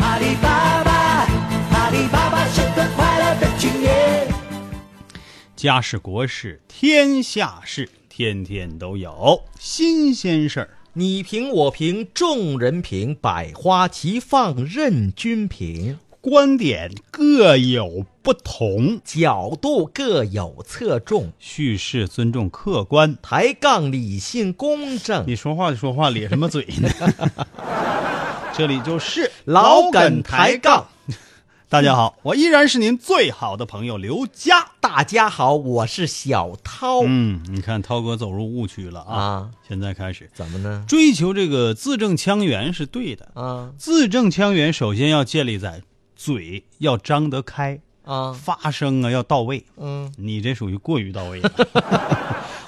阿里巴巴，阿里巴巴是个快乐的青年。家事国事天下事，天天都有新鲜事儿。你评我评众人评，百花齐放任君评，观点各有不同，角度各有侧重，叙事尊重客观。抬杠理性公正。你说话就说话，咧什么嘴 呢？这里就是老梗抬杠。大家好，我依然是您最好的朋友刘佳。大家好，我是小涛。嗯，你看涛哥走入误区了啊！啊现在开始怎么呢？追求这个字正腔圆是对的。啊字正腔圆首先要建立在嘴要张得开，啊，发声啊要到位。嗯，你这属于过于到位了，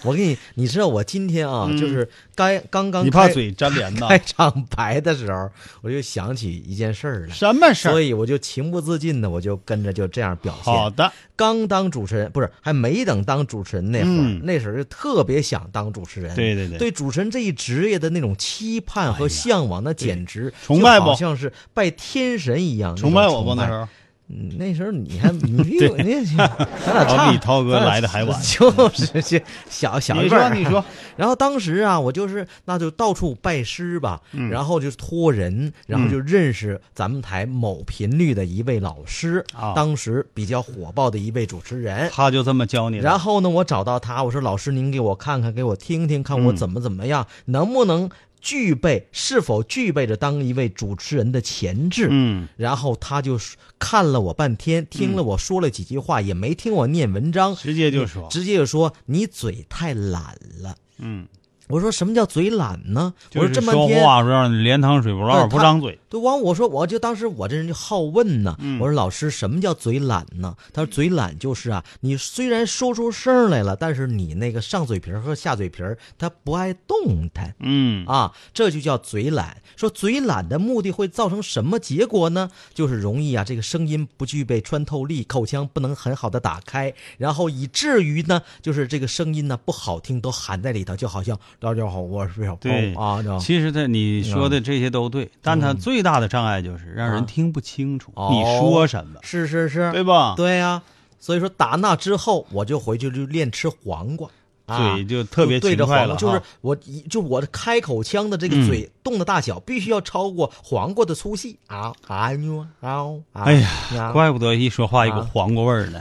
我给你，你知道我今天啊，就是该刚刚嗯你怕开 嘴啊粘连呐开？场白的时候，我就想起一件事儿来，什么事所儿？以我就情不自禁的，我就跟着就这样表现。好的，刚当主持人不是，还没等当主持人那会儿，嗯那时候就特别想当主持人。对对对对主持人这一职业的那种期盼和向往，那简直哎崇拜就不好像是拜天神一样。崇拜拜我不那时候？嗯那时候你还你对 你咱俩我差，比涛哥咱俩来得还晚 就是这小小你一辈说儿。你 说，然后当时啊，我就是那就到处拜师吧，嗯然后就托人，然后就认识咱们台某频率的一位老师，啊当时比较火爆的一位主持人。他就这么教你的？然后呢，我找到他，我说：“老师，您给我看看，给我听听，看我嗯怎么怎么样，能不能具备，是否具备着当一位主持人的潜质？”嗯，然后他就说看了我半天，听了我说了几句话，也没听我念文章，直接就说，直接就说你嘴太懒了。嗯，我说什么叫嘴懒呢？就我说是这半说天，话让你连汤水不对落，他不张嘴。对完我说我就当时我这人就好问呢。嗯我说老师什么叫嘴懒呢？他说嘴懒就是啊，你虽然说出声儿来了，但是你那个上嘴皮儿和下嘴皮儿它不爱动弹。嗯，啊，这就叫嘴懒。说嘴懒的目的会造成什么结果呢？就是容易啊，这个声音不具备穿透力，口腔不能很好的打开，然后以至于呢，就是这个声音呢不好听，都含在里头，就好像大家好，我是小对包啊，这样其实他你说的这些都对，但他最大的障碍就是让人听不清楚嗯哦你说什么，是是是，对吧？对呀、所以说打那之后，我就回去就练吃黄瓜。啊、嘴就特别对着勤快黄了啊嗯瓜，就是哈我一就我的开口腔的这个嘴动的大小，必须要超过黄瓜的粗细啊啊呦啊！啊哎呀，怪不得一说话一股啊黄瓜味 儿呢，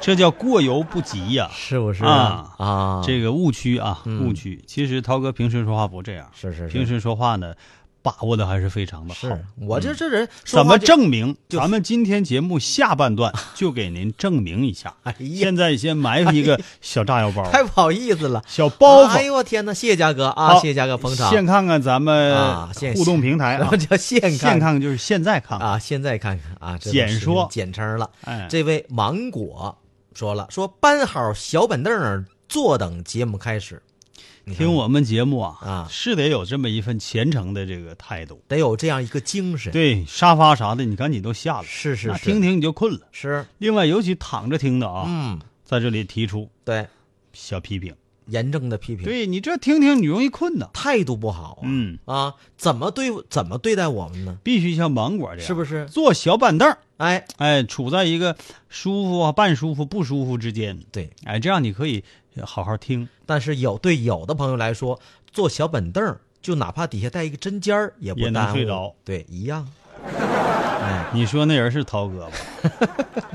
这叫过犹不及呀。是不是啊啊？嗯这个误区啊，误区。其实涛哥平时说话不这样，是是是平时说话呢，把握的还是非常的好。是我这这人嗯说怎么话就证明？就咱们今天节目下半 段就给您证明一下。哎呀现在先埋伏一个小炸药包，太不好意思了，小包哎袱。呦我天哪，谢谢嘉哥啊，好谢谢嘉哥捧场先看看咱们啊现互动平台然 啊后，叫现看现看就是现在看。啊，现在看看啊，这都简是说简称了。哎，这位芒果说了，说搬好小板凳儿坐等节目开始，听我们节目啊，啊是得有这么一份虔诚的这个态度。得有这样一个精神。，对，沙发啥的你赶紧都下了，是是那是，听听你就困了。是，另外，尤其躺着听的啊，嗯，在这里提出对，小批评。严正的批评，对你这听听，你容易困呐。态度不好啊，嗯，啊，怎么对怎么对待我们呢？必须像芒果这样，是不是坐小板凳儿？哎，哎，处在一个舒服啊、半舒服、不舒服之间。对，哎，这样你可以好好听。但是有对有的朋友来说，坐小板凳儿就哪怕底下带一个针尖儿，也也不能耽误，睡着对，一样。你说那人是涛哥 吧？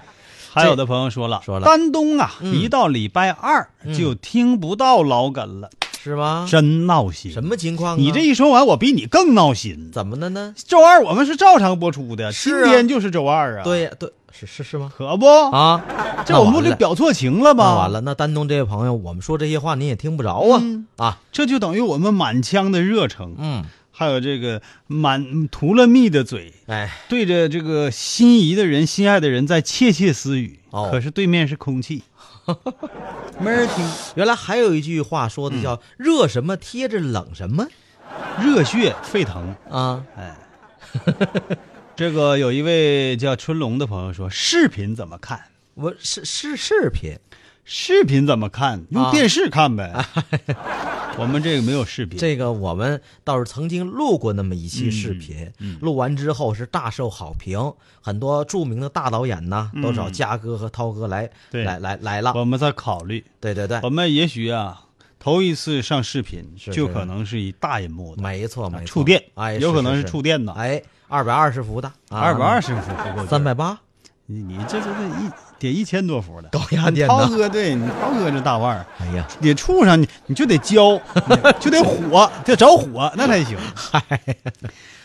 还有的朋友说了，说了丹东啊，嗯一到礼拜二就听不到老梗了，是吗？真闹心。嗯什么情况啊？啊你这一说完，我比你更闹心。怎么了呢？周二我们是照常播出的，是今啊天就是周二啊。，对对，是是是吗？可不，啊，这我那们完就了表错情了吧？那完了，那丹东这位朋嗯友，我们说这些话您也听不着啊、啊，这就等于我们满腔的热诚。嗯，还有这个满涂了蜜的嘴，哎，对着这个心仪的人、心爱的人在窃窃私语，哦可是对面是空气，没人听。原来还有一句话说的嗯叫“热什么贴着冷什么热血沸腾。”啊， 哎，这个有一位叫春龙的朋友说，视频怎么看？我是是视频视频怎么看？用啊哎电视看呗。 我们这个没有视频，这个我们倒是曾经录过那么一期视频，嗯录完之后是大受好评，很多著名的大导演呐都找嘉哥和涛哥来嗯对来来来了，我们在考虑。对对对我，们也许啊，头一次上视频，哎是就是可能是以大银幕的，没错没错，啊触电哎，有可能是是触电的哎，二百二十伏的，啊二百二十，十伏不够劲儿啊三百，八，你你这这这一得一千多伏的，高压电涛的，哥对你涛哥这大腕儿。哎呀，得处上你，你就得教， 就得火，得着火，那才行。嗨，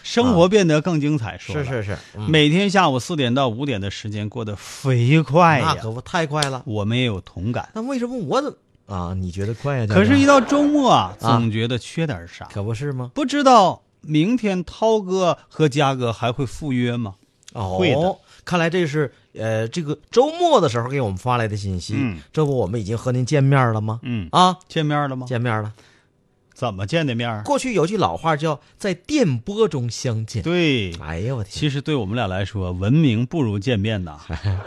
生活变得更精彩，说是了是是，嗯每天下午四点到五点的时间过得飞快那哎呀，可不太快了，我们也有同感。那为什么我怎么啊？你觉得快呀？可是，一一到周末啊，啊总觉得缺点啥，可不是吗？不知道明天涛哥和嘉哥还会赴约吗？哦，会的看来这是呃，这个周末的时候给我们发来的信息。嗯这不我们已经和您见面了吗？嗯，啊，见面了吗？见面了。怎么见的面儿？过去有句老话叫“在电波中相见”。对，哎呀，我天，其实对我们俩来说，文明不如见 面呐，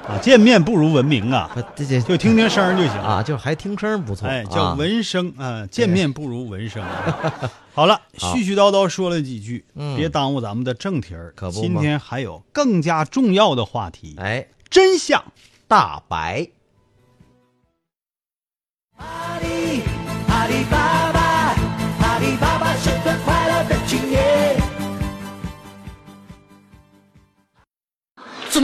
啊，见面不如文明啊，不这这就听听声儿就行。啊，就还听声儿不错。哎，叫啊闻声啊，见面不如闻声。 好了，絮絮叨叨说了几句，嗯别耽误咱们的正题儿。可不今嘛天还有更加重要的话题，哎，真相。大白。阿里阿里巴巴，阿里巴巴是个快乐的青年。准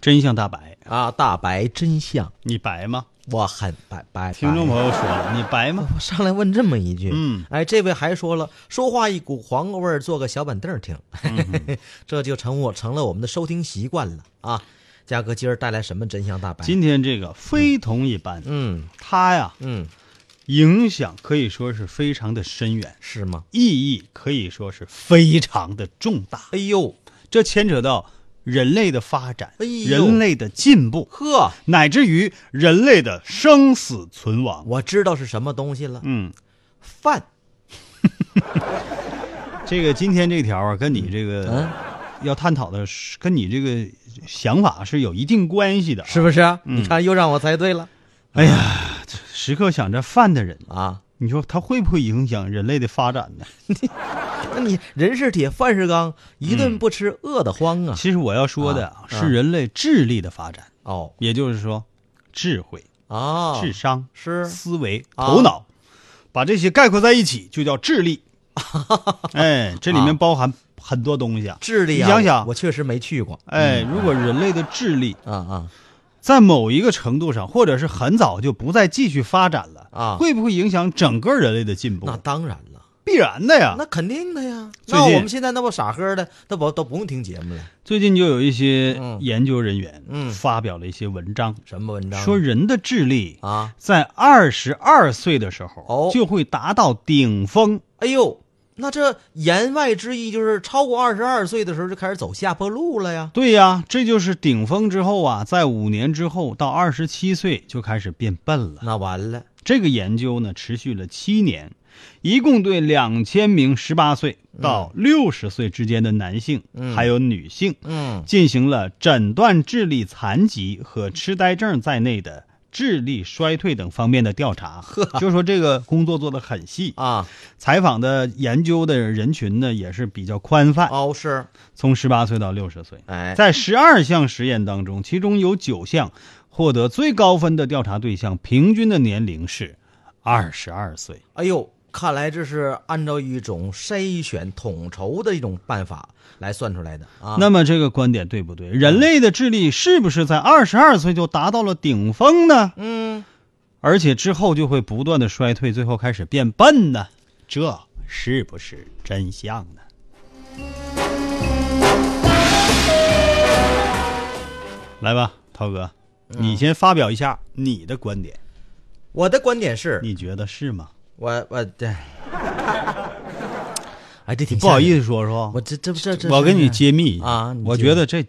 真相大白，啊，大白真相，你白吗？我很白白。听众白朋友说了，你白吗？我 上来问这么一句，嗯哎，这位还说了，说话一股黄瓜味儿，坐个小板凳儿听， 这就成我成了我们的收听习惯了啊。嘉哥今儿带来什么真相大白？今天这个非同一般，嗯它呀嗯，影响可以说是非常的深远，是吗？意义可以说是非常的重大。哎呦这牵扯到人类的发展、哎呦人类的进步，呵，乃至于人类的生死存亡。我知道是什么东西了，嗯，饭。这个今天这条啊，跟你这嗯个要探讨的是，跟你这个想法是有一定关系的。是，不是啊？你看，又让我猜对了哎呀，时刻想着饭的人，啊！你说他会不会影响人类的发展呢？那你人是铁，饭是钢，一顿不吃饿得慌啊！其实我要说的啊啊是人类智力的发展，哦也就是说，智慧、啊，智商、是思维、啊头脑，把这些概括在一起就叫智 力。哎，这里啊面包含很多东西啊。智力啊，你想想我，确实没去过哎，如果人类的智力啊啊！在某一个程度上，或者是很早就不再继续发展了啊会不会影响整个人类的进步那？当然了，必然的呀那。肯定的呀。啊最那近我们现在那不傻呵的，那不都不用听节目了？最近就有一些嗯研究人员嗯发表了一些文章，什么文章？说人的智力啊！在二十二岁的时候哦就会达到顶峰。哎呦，那这言外之意就是超过二十二岁的时候就开始走下坡路了呀！对呀、这就是顶峰之后啊，在五年之后到二十七岁就开始变笨了。那完了，这个研究呢，持续了七年，一共对两千名十八岁到六十岁之间的男性、嗯还有女性嗯，进行了诊断智力残疾和痴呆症在内的智力衰退等方面的调查。就说这个工作做得很细，啊，采访的研究的人群呢也是比较宽泛，哦是，从十八岁到六十岁。哎，在十二项实验当中，其中有九项获得最高分的调查对象平均的年龄是二十二岁。哎呦，看来这是按照一种筛选统筹的一种办法来算出来的啊。那么这个观点对不对？人类的智力是不是在二十二岁就达到了顶峰呢？嗯，而且之后就会不断的衰退，最后开始变笨呢？这是不是真相呢？来吧，涛哥，嗯你先发表一下你的观点，我的观点是，你觉得是吗？我我对，哎，这挺不好意思，思说说，我这这不这这，我给你揭秘一下啊你我揭觉秘得这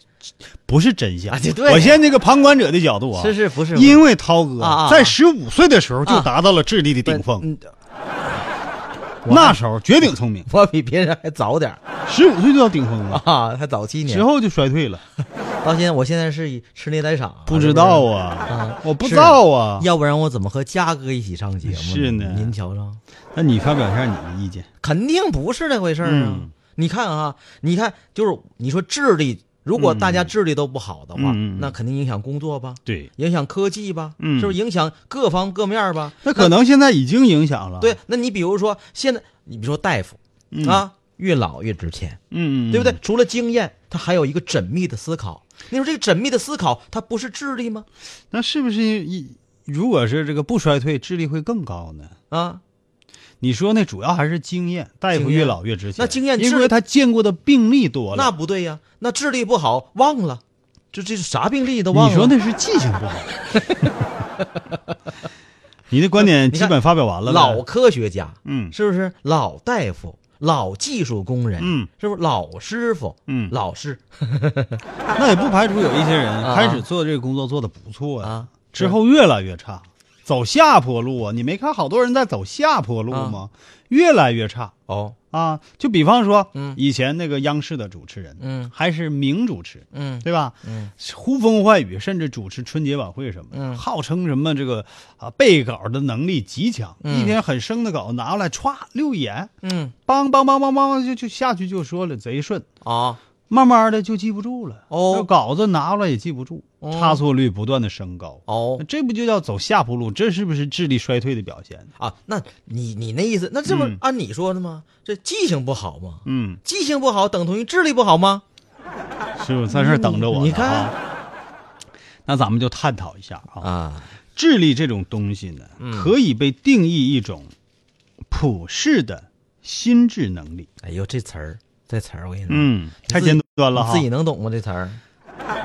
不是真相。啊这对我先这个旁观者的角度啊，是是不是因为涛哥啊啊啊在十五岁的时候就啊达到了智力的顶峰，嗯那时候绝顶聪明，我比别人还早点儿十五岁就到顶峰了，啊，还早七年。之后就衰退了。到现在，我现在是以吃内胆傻，不知道啊啊，我不知道啊。要不然我怎么和嘉哥一起上节目？是呢您瞧瞧，那你发表一下你的意见，肯定不是那回事儿啊！嗯你看啊，你看，就是你说智力，如果大家智力都不好的话，嗯嗯嗯那肯定影响工作吧，对，影响科技吧，嗯是不是影响各方各面儿吧？那可能现在已经影响了。对，，那你比如说现在，你比如说大夫、啊嗯啊，越老越值钱，嗯，对不对？？除了经验，他还有一个缜密的思考。你说这个缜密的思考，它不是智力吗？那是不是一如果是这个不衰退，智力会更高呢？啊，你说那主要还是经验，大夫经验越老越值钱。那经验智因为他见过的病例多了。那不对呀，那智力不好忘了，这这啥病例都忘了。你说那是记性不好。 你的观点基本发表完了呗。老科学家，嗯是不是老大夫、老技术工人，嗯，是不是老师傅，嗯老师那也不排除有一些人啊开始做这个工作做的不错呀、啊之后越来越差，走下坡路啊！你没看好多人在走下坡路啊吗？越来越差哦，啊！就比方说，嗯以前那个央视的主持人，嗯还是名主持，嗯对吧？嗯，呼风唤雨，甚至主持春节晚会什么的，嗯号称什么这个啊背稿的能力极强，嗯一篇很生的稿拿过来歘溜演，嗯梆梆梆梆梆就就下去就说了，贼顺。啊慢慢的就记不住了，哦这稿子拿过来也记不住，哦差错率不断的升高，哦那这不就叫走下坡路？这是不是智力衰退的表现？啊，那你你那意思，那这不嗯按你说的吗？这记性不好吗？嗯，记性不好等同于智力不好吗？ 师傅在这儿等着我呢啊你看那咱们就探讨一下啊，啊，嗯智力这种东西呢，可以被定义一种普世的心智能力。哎呦，这词儿这词儿我跟你说，嗯，太自己尖端了你哈自。己能懂吗？这词儿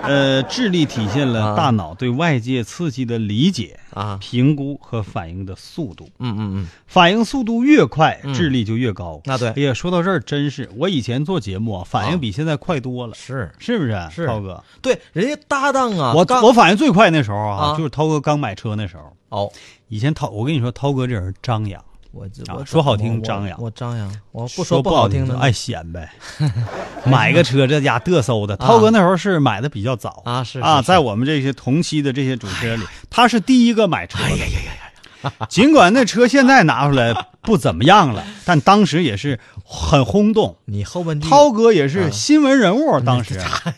呃，智力体现了啊大脑对外界刺激的理解、啊，评估和反应的速度。嗯嗯嗯，反应速度越快，嗯智力就越高。那对哎呀，说到这儿，真是我以前做节目啊，反应比现在快多了，是是不是？是涛哥，对，人家搭档啊，我刚我反应最快那时候啊，啊就是涛哥刚买车那时候。哦，以前涛，我跟你说，涛哥这人张扬，我这啊我说好听我我张扬我张扬，我不说不好哎好听的爱显摆。 买个车，这家嘚瑟的。涛哥那时候是买的比较早啊是啊，是是哎在我们这些同期的这些主持人里，他是第一个买车的。尽管那车现在拿出来不怎么样了，但当时也是很轰动。你后半句涛哥也嗯是新闻人物，当 时，哎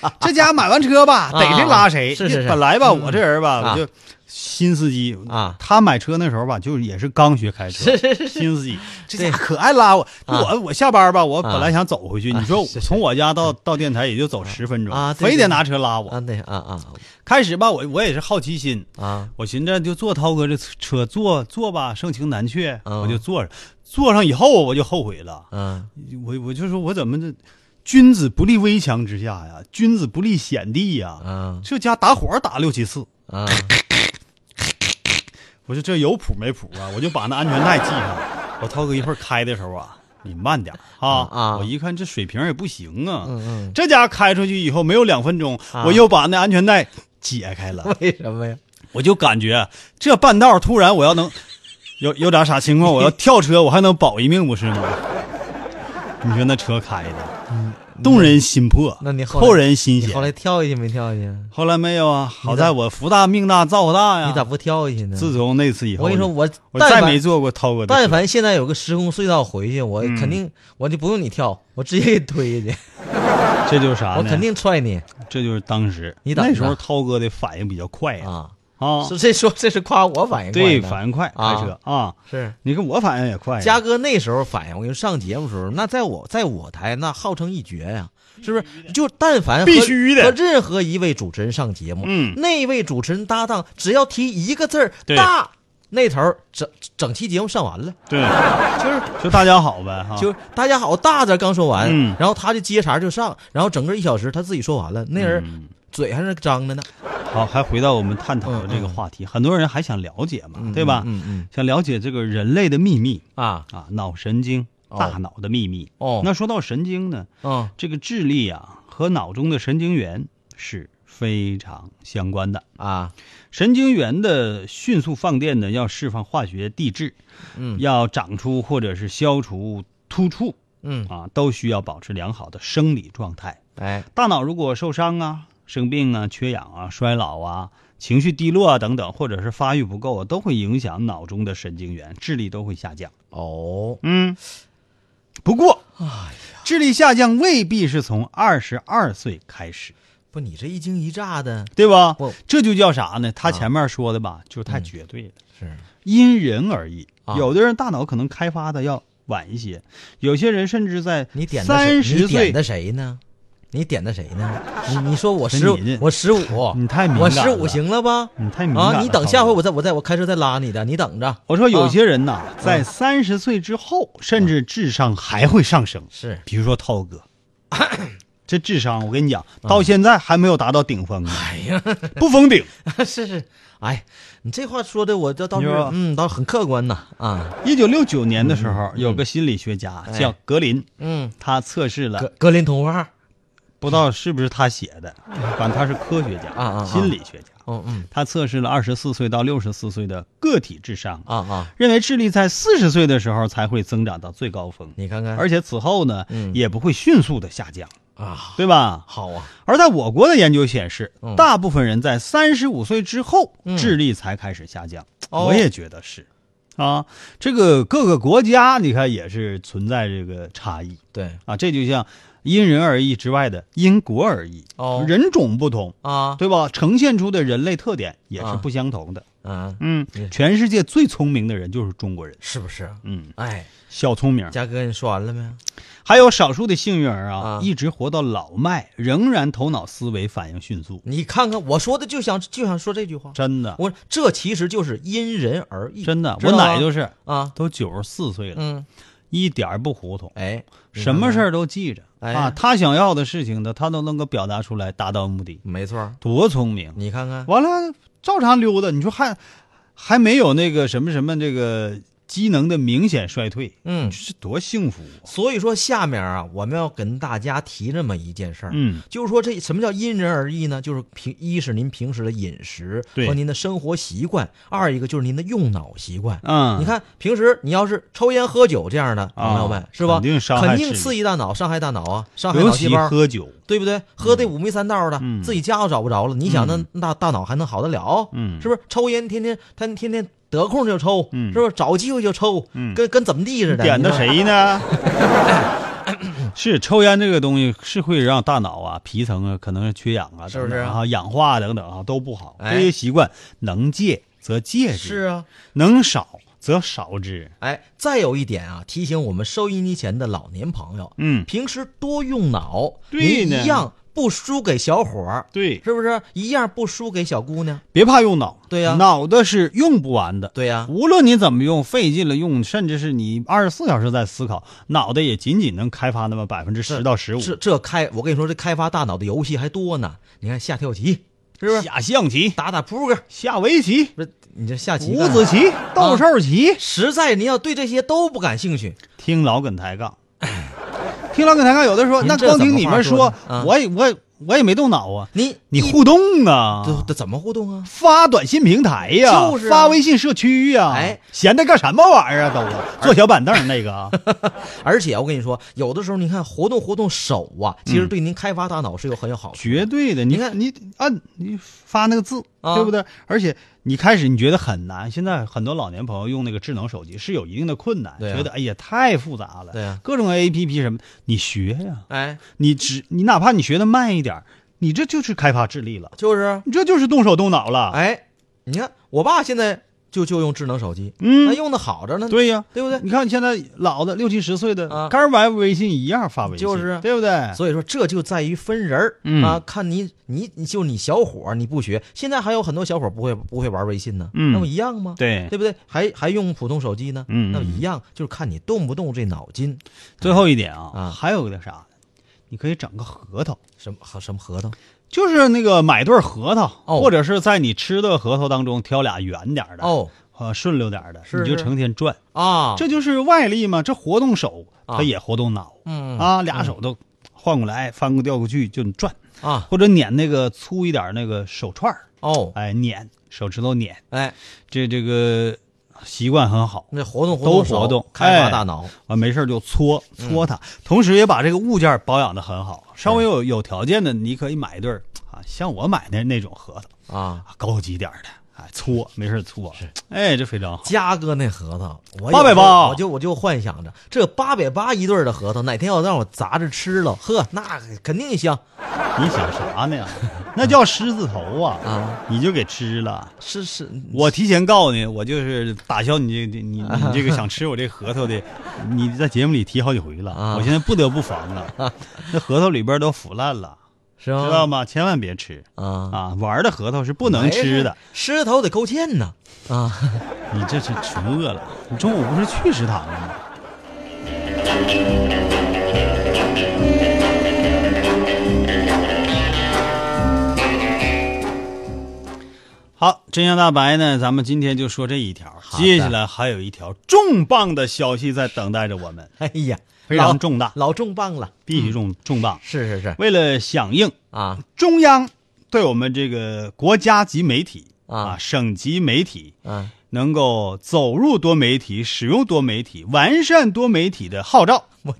呀，这家买完车吧，啊逮谁拉谁。是是是本来吧，我这人吧，啊我就新司机啊他买车那时候吧，就是也是刚学开车，新司机，这家对可爱拉我。啊我我下班吧，我啊嗯本来想走回去，你说我从我家到到电台也就走十分啊钟，对非得拿车拉啊我。那啊啊开始吧，我我也是好奇心，啊我寻思哎就坐涛哥这车，坐坐吧，盛情难却，嗯我就坐上。坐上以后我就后悔了。啊我我就说我怎么这君子不立危墙之下呀，君子不立险地呀。啊这家打火打六七次，啊！ 我说这有谱没谱啊？我就把那安全带系上。我涛哥一会儿开的时候啊，你慢点啊啊我一看这水平也不行啊。嗯这家开出去以后没有两分钟，啊我又把那安全带解开 了，为什么呀？我就感觉这半道突然我要能有有点啥情况，我要跳车，我还能保一命不是吗？ 你说那车开的，动人心魄，嗯那你后来扣人心你弦。后来跳下去没跳下去？后来没有啊，好你在咋我福大命大造化大呀。你咋不跳下去呢？自从那次以后，我跟你说，我我但再凡没坐过涛哥的车。嗯但凡现在有个时空隧道回去，我肯定我就不用你跳，我直接给你推下去，这就是啥呢？哎我肯定踹你这就是当时你咋那时候的涛哥的反应比较快呀，啊！啊，是这说这是夸我反应快呢，对，反应快，开车啊，是。你看我反应也哎快呀，嘉哥那时候反应，我跟你说上节目的时候，那在我在我台那号称一绝呀、是不是？就但凡和必须的和任何一位主持人上节目，嗯那一位主持人搭档只要提一个字儿“对大”，那头儿整整期节目上完了，对， 就是就大家好呗啊哈，就是大家好，大字刚说完，嗯然后他就接茬就上，然后整个一小时他自己说完了，那人嘴还是张着呢，好，还回到我们探讨的这个话题，很多人还想了解嘛，对吧？嗯嗯想了解这个人类的秘密啊，啊，脑神经、哦大脑的秘密。哦那说到神经呢，嗯，这个智力啊和脑中的神经元是非常相关的。啊，神经元的迅速放电呢，要释放化学地质，嗯要长出或者是消除突触嗯，啊，都需要保持良好的生理状态。哎，大脑如果受伤啊、生病啊、缺氧啊、衰老啊、情绪低落啊等等，或者是发育不够啊，都会影响脑中的神经元，智力都会下降。哦，嗯，不过，哎智力下降未必是从二十二岁开始，不，你这一惊一乍的，对吧不？这就叫啥呢？啊他前面说的吧，就是太绝对了，是因人而异。嗯啊有的人大脑可能开发的要晚一些，有些人甚至在你点的谁三你十点岁的谁呢？你点的谁呢？你你说我真十隐忍我十五， 你太敏我感十五了行了吧？你太敏感啊，了哦你等浩下哥回我再我再我开车再拉你的，你等着。我说有啊些人呐，在三十岁之后，甚至智商还会上升。是 比如说涛哥， 这智商我跟你讲，嗯到现在还没有达到顶峰呢。哎呀，不封顶，是是，哎，你这话说的我这倒是你说嗯，倒很客观呐啊，一九六九年的时候，有个心理学家叫格林，嗯，他测试格了，格林童话，不知道是不是他写的，反正他是科学啊啊家、啊心理学家。嗯嗯他测试了二十四岁到六十四岁的个体智商，啊啊，认为智力在四十岁的时候才会增长到最高峰，你看看，而且此后呢，嗯也不会迅速的下降，啊，对吧？好啊，而在我国的研究显示，嗯大部分人在三十五岁之后、嗯智力才开始下降。哦我也觉得是，啊，这个各个国家你看也是存在这个差异对啊，这就像因人而异之外的因国而异，哦人种不同，啊，对吧？呈现出的人类特点也是啊不相同的。嗯，嗯嗯，全世界最聪明的人就是中国人，是不是？嗯，哎，小聪明。嘉哥，你说完了没？还有少数的幸运儿啊，啊一直活到老迈，仍然头脑思维反应迅速，你看看我说的，就想就想说这句话。真的。我这其实就是因人而异，真的，知我道奶吧就是啊，都九十四岁了，嗯，一点儿不糊涂，哎，你什么看事看？儿都记着、哎呀啊。他想要的事情呢，他都能够表达出来，达到目的，没错儿，多聪明！你看看，完了，照常溜达，你说还还没有那个什么什么这个机能的明显衰退，嗯这，是多幸福啊！所以说下面啊，我们要跟大家提这么一件事儿，嗯，就是说这什么叫因人而异呢？就是平一是您平时的饮食对和您的生活习惯，二一个就是您的用脑习惯。嗯你看平时你要是抽烟喝酒这样的啊朋友们，是吧？肯定伤害肯视定力刺激大脑，伤害大脑啊，伤害尤脑细其胞。喝酒，对不对？喝的五迷三道的，嗯自己家都找不着了，你想那大大脑还能好得了？嗯是不是？抽烟天天他天天得空就抽，嗯是不是？找机会就抽，嗯跟跟怎么地似的。点的你知道吗？谁呢？ 是抽烟这个东西是会让大脑啊、皮层啊，可能是缺氧啊，是不是等等啊？氧化等等啊都不好。哎这些习惯能戒则戒之，是啊，能少则少之。哎，再有一点啊，提醒我们收音机前的老年朋友，嗯，平时多用脑，对呢您一样不输给小伙儿，对，是不是？一样不输给小姑娘。别怕用脑，对呀脑子是用不完的。对呀、无论你怎么用，费劲了用，甚至是你二十四小时在思考，脑袋也仅仅能开发那么百分之十到十五。这这开，我跟你说，这开发大脑的游戏还多呢。你看下跳棋，是不是？下象棋、打打扑克，下围棋、不是？你这下棋啊五干啥子棋、斗兽棋。实在您要对这些都不感兴趣，听老梗抬杠， 听老梗抬杠，有的说您那这光怎听么你话们说说的，啊我也我也我也没动脑啊，你你一互动啊，这这怎么互动啊？发短信平台呀、就是啊发微信社区呀、哎闲的干什么玩意儿啊都啊， 坐小板凳那个啊，而且我跟你说，有的时候你看活动活动手啊，嗯其实对您开发大脑是有很有好处。绝对的，你你看你按你发那个字，啊对不对？而且你开始你觉得很难，现在很多老年朋友用那个智能手机是有一定的困难，对啊觉得哎呀太复杂了，对啊各种 A P P 什么的，你学呀、哎，你只你哪怕你学的慢一点儿，你这就是开发智力了，就是你这就是动手动脑了。哎，你看我爸现在就就用智能手机，嗯那用的好着呢，对呀、对不对？你看你现在老的六七十岁的啊，刚玩微信一样发微信，就是啊对不对？所以说这就在于分人儿、哎嗯啊，看你你你就你小伙儿你不学，现在还有很多小伙儿不会不会玩微信呢，嗯那不一样吗？对对不对？还还用普通手机呢，嗯嗯那不一样，就是看你动不动这脑筋，最后一点啊，啊还有个啥呢？你可以整个核桃，什么和什么核桃，就是那个买对儿核桃，哦或者是在你吃的核桃当中挑俩圆点儿的，哦啊，顺溜点儿的，是你就是成天转，啊，这就是外力嘛。这活动手，啊它也活动脑，嗯啊，俩手都换过来，翻过调过去就转，啊或者捻那个粗一点儿那个手串儿，哦哎，捻手指头捻，哎，这这个习惯很好。那活动活都动活手动，开发哎大脑，嗯啊，没事儿就搓搓它，同时也把这个物件保养的很好。稍微有有条件的，你可以买一对儿啊，像我买的那种核桃啊，啊，高级点儿的，哎，搓没事儿搓，哎，这非常好。嘉哥那核桃，我八百有时候八我就我就幻想着这八百八一对儿的核桃，哪天要让我砸着吃了，呵，那肯定香。你想啥呢？那叫狮子头啊！啊你就给吃了。是是，我提前告诉你，我就是打消你这你你这个想吃我这核桃的，你在节目里提好几回了，啊我现在不得不防了。那核桃里边都腐烂了，是知吗？道吗？千万别吃啊哎啊！玩的核桃是不能吃的。，狮子头得勾芡呢。啊，你这是纯饿了？你中午不是去食堂了吗？好，真相大白呢？咱们今天就说这一条，好的接下来还有一条重磅的消息在等待着我们，哎呀，非常老重大老重磅了。必须重重磅。是是是为了响应啊，中央对我们这个国家级媒体啊省级媒体嗯，能够走入多媒体、使用多媒体、完善多媒体的号召。我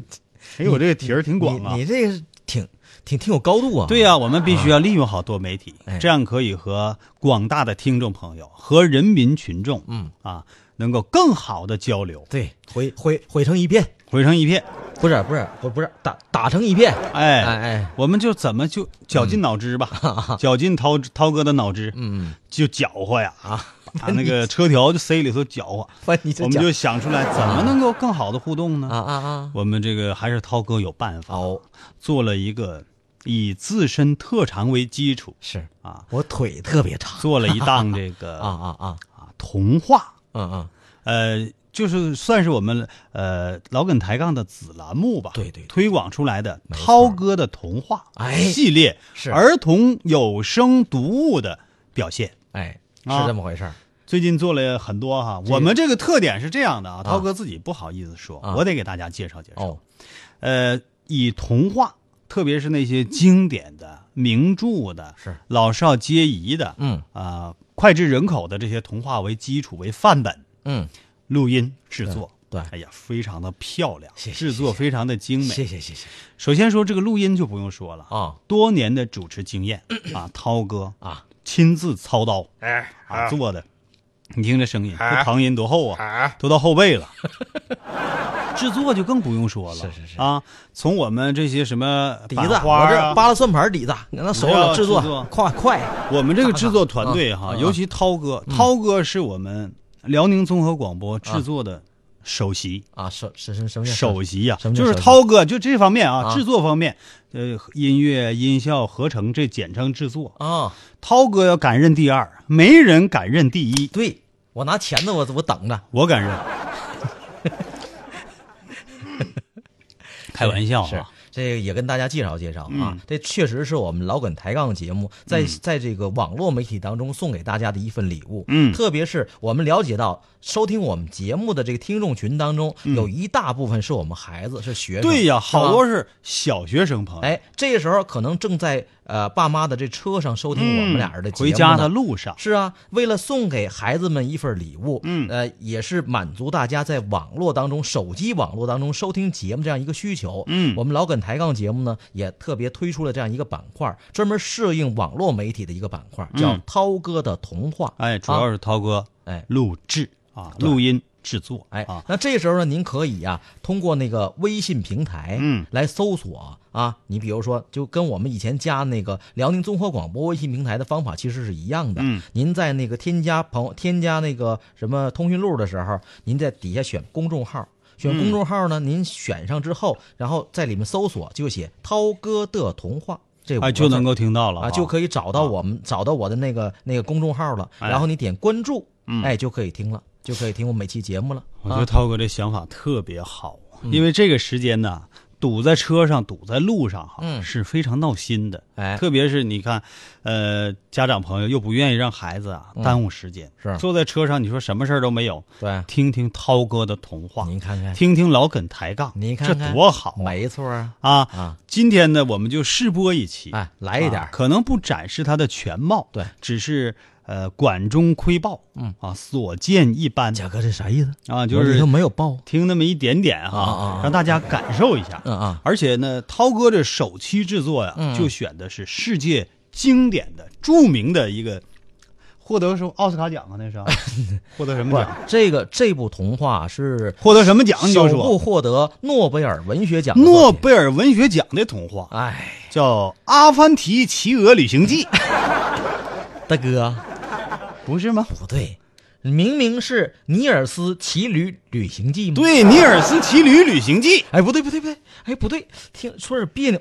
哎，我这个题儿挺广你啊你。这个挺挺挺有高度啊。对呀、我们必须要利用好多媒体，哎这样可以和广大的听众朋友和人民群众，嗯啊，能够更好的交流，对，毁毁毁成一片，毁成一片。不是不是不不是打打成一片。哎哎哎我们就怎么就绞尽脑汁吧，绞尽涛涛哥的脑汁，嗯，就搅和呀啊，把那个车条就塞里头搅和，把你这我们就想出来怎么能够更好的互动呢？啊啊啊！我们这个还是涛哥有办法，哦，做了一个以自身特长为基础是啊，我腿特别长。做了一档这个 啊啊啊！啊童话，嗯嗯，呃，就是算是我们呃老梗抬杠的子栏目吧，对对对推广出来的没错涛哥的童话哎系列是儿童有声读物的表现。哎，啊是这么回事儿。最近做了很多哈，我们这个特点是这样的啊，涛哥自己不好意思说，啊我得给大家介绍介绍。哦，呃，以童话，特别是那些经典的、名著的、是老少皆宜的，嗯啊、脍炙人口的这些童话为基础为范本，嗯，录音制作，对对哎呀，非常的漂亮，谢谢制作非常的精美。谢谢谢谢首先说这个录音就不用说了啊多年的主持经 验啊，涛哥啊，亲自操刀，哎啊做的，你听这声音，啊这糖音多厚啊，啊！都到后背 了。制作就更不用说了，是是是啊，从我们这些什么底版子，花我儿这啊，扒拉算盘底子，你那手哎呀了制作制作快快我们这个制作团队哈，啊啊尤其涛哥，涛哥是我们辽宁综合广播制作的首席，啊！手什什什么叫首席呀、什么叫就是首席涛哥，就这方面啊，啊制作方面，呃，音乐、音效、合成，这简称制作。啊？涛哥要敢认第二，没人敢认第一，对，我拿钳子，我我等着。我敢 认。开玩笑是啊，这个也跟大家介绍介绍嗯啊，这确实是我们老梗抬杠节目在、在这个网络媒体当中送给大家的一份礼物。嗯特别是我们了解到收听我们节目的这个听众群当中，有一大部分是我们孩子，是学生。嗯对呀，是吧好多是小学生朋友，哎，这个时候可能正在呃爸妈的这车上收听我们俩人的节目、嗯回家的。路上，是啊，为了送给孩子们一份礼物，嗯呃，也是满足大家在网络当中、手机网络当中收听节目这样一个需求。嗯我们老梗抬杠节目呢，也特别推出了这样一个板块，专门适应网络媒体的一个板块，叫嗯涛哥的童话。哎，主要啊是涛哥哎录制啊，录音制作。哎啊，，那这时候呢，您可以啊，通过那个微信平台，嗯来搜索啊，你比如说，就跟我们以前加那个辽宁综合广播微信平台的方法其实是一样的。嗯，您在那个添加朋友、添加那个什么通讯录的时候，您在底下选公众号。选公众号呢，嗯您选上之后，然后在里面搜索，就写“涛哥的童话”这五个哎，就字能够听到了啊，就以。可以找到我们、找到我的那个那个公众号了，哎嗯然后你点关注，哎，就可以听了，就可以听我每期节目了。啊我觉得涛哥这想法特别好，啊嗯因为这个时间呢，堵在车上、堵在路上哈，嗯是非常闹心的。哎特别是你看，呃，家长朋友又不愿意让孩子啊耽误时间，嗯是坐在车上，你说什么事儿都没有，对听听涛哥的童话，您看看听听老耿抬杠，你看看这多好啊没错啊，啊！啊今天呢，我们就试播一期，哎，来一点啊儿，可能不展示它的全貌，对只是呃管中窥豹，嗯啊，所见一斑贾、哥这啥意思？啊，就我里是头没有报，听那么一点点哈、啊啊啊让大家感受一下。嗯啊而且呢，涛哥这首期制作呀，嗯就选的是世界经典的、著名的一个，获得什么奥斯卡奖啊？那是 啊获得什么不是奖？这个这部童话是获得什么奖？你首就部说获得诺贝尔文学奖的诺作品，贝尔文学奖的童话哎，叫《阿凡提骑鹅旅行 记》，大哥不是吗？不对，明明是尼尔斯骑驴旅行记嘛。对，《尼尔斯骑驴旅行记》哎，不对不对不对，哎不对，听说有点别扭。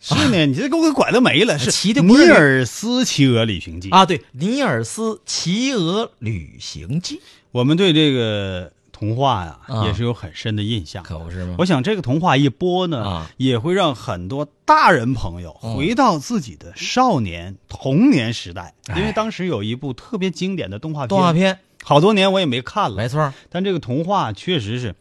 是呢，你这给我给拐了没了。是骑啊的不是尼驴尔斯骑鹅旅行记》啊，对，《尼尔斯骑鹅旅行记》我们对这个童话呀、啊也是有很深的印象。可不是吗我想这个童话一播呢，啊嗯也会让很多大人朋友回到自己的少年、童年时代，因为当时有一部特别经典的动画片，哎动画片，好多年我也没看了，没错儿，但这个童话确实是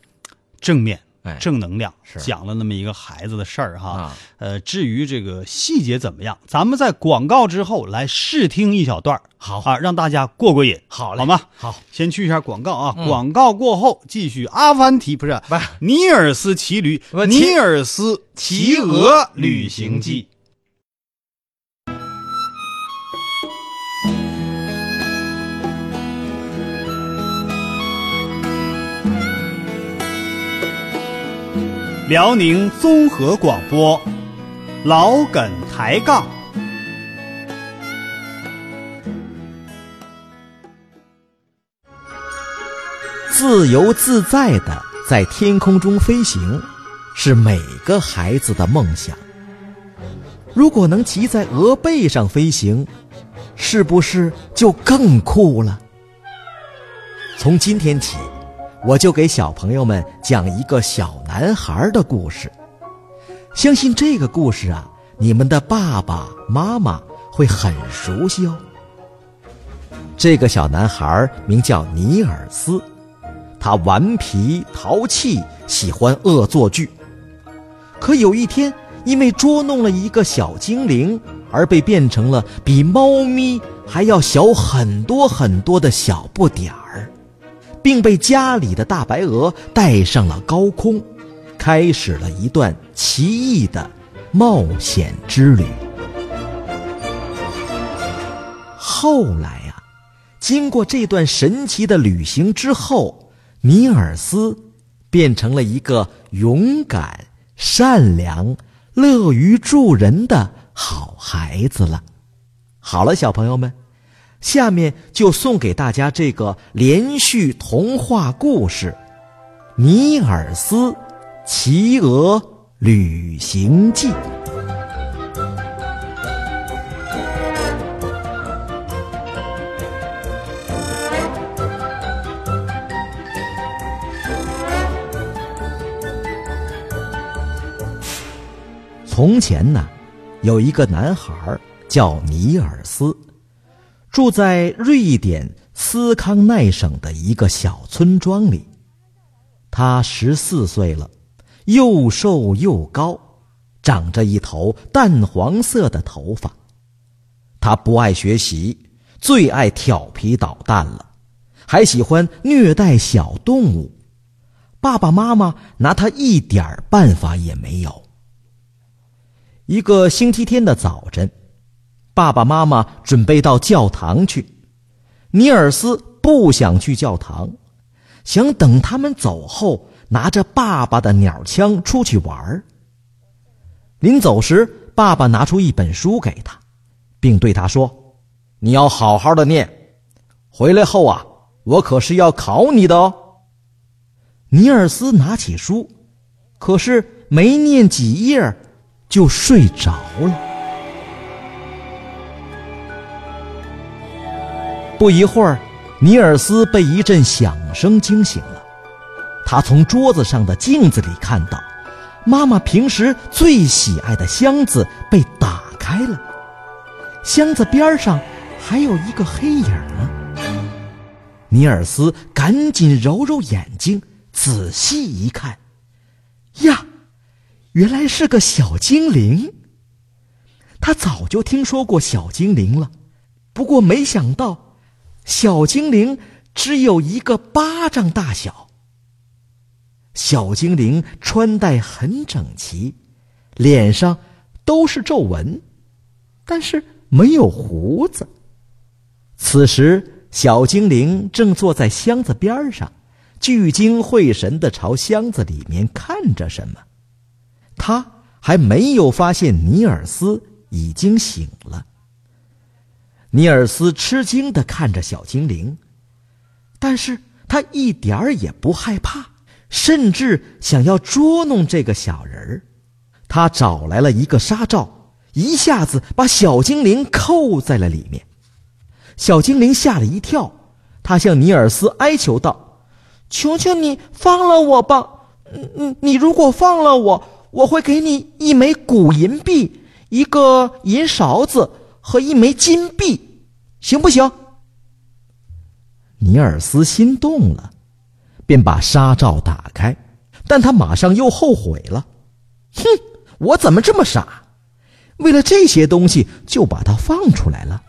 正面。哎正能量是讲了那么一个孩子的事儿哈，啊呃，至于这个细节怎么样，咱们在广告之后来试听一小段儿好啊，让大家过过瘾，好嘞好吗？好，先去一下广告啊，嗯广告过后继续阿凡提不是不尼尔斯骑驴不，骑尼尔斯骑鹅旅行记。辽宁综合广播，老耿抬杠。自由自在的在天空中飞行，是每个孩子的梦想。如果能骑在鹅背上飞行，是不是就更酷了？从今天起，我就给小朋友们讲一个小男孩的故事。啊相信这个故事啊，你们的爸爸妈妈会很熟悉哦。这个小男孩名叫尼尔斯。他顽皮淘气，喜欢恶作剧。可有一天，因为捉弄了一个小精灵，而被变成了比猫咪还要小很多很多的小不点儿，并被家里的大白鹅带上了高空，开始了一段奇异的冒险之旅。后来啊呀、经过这段神奇的旅行之后，尼尔斯变成了一个勇敢、善良、乐于助人的好孩子了。好了，小朋友们，下面就送给大家这个连续童话故事《尼尔斯骑鹅旅行记》。从前呢，有一个男孩儿叫尼尔斯，住在瑞典斯康奈省的一个小村庄里。他十四岁了，又瘦又高，长着一头淡黄色的头发。他不爱学习，最爱调皮捣蛋了，还喜欢虐待小动物。爸爸妈妈拿他一点儿办法也没有。一个星期天的早晨，爸爸妈妈准备到教堂去。尼尔斯不想去教堂，想等他们走后，拿着爸爸的鸟枪出去玩儿。临走时，爸爸拿出一本书给他，并对他说：“你要好好的念，回来后啊，我可是要考你的哦。”尼尔斯拿起书，可是没念几页，就睡着了。不一会儿，尼尔斯被一阵响声惊醒了。他从桌子上的镜子里看到，妈妈平时最喜爱的箱子被打开了，箱子边上还有一个黑影儿。尼尔斯赶紧揉揉眼睛，仔细一看，呀，原来是个小精灵。他早就听说过小精灵了，不过没想到，小精灵只有一个巴掌大小。小精灵穿戴很整齐，脸上都是皱纹，但是没有胡子。此时，小精灵正坐在箱子边上，聚精会神地朝箱子里面看着什么。他还没有发现尼尔斯已经醒了。尼尔斯吃惊地看着小精灵，但是他一点儿也不害怕，甚至想要捉弄这个小人儿。他找来了一个纱罩，一下子把小精灵扣在了里面。小精灵吓了一跳，他向尼尔斯哀求道：“求求你放了我吧！嗯嗯，你如果放了我，我会给你一枚古银币、一个银勺子和一枚金币，行不行？”尼尔斯心动了，便把纱罩打开，但他马上又后悔了：“哼，我怎么这么傻？为了这些东西就把它放出来了。”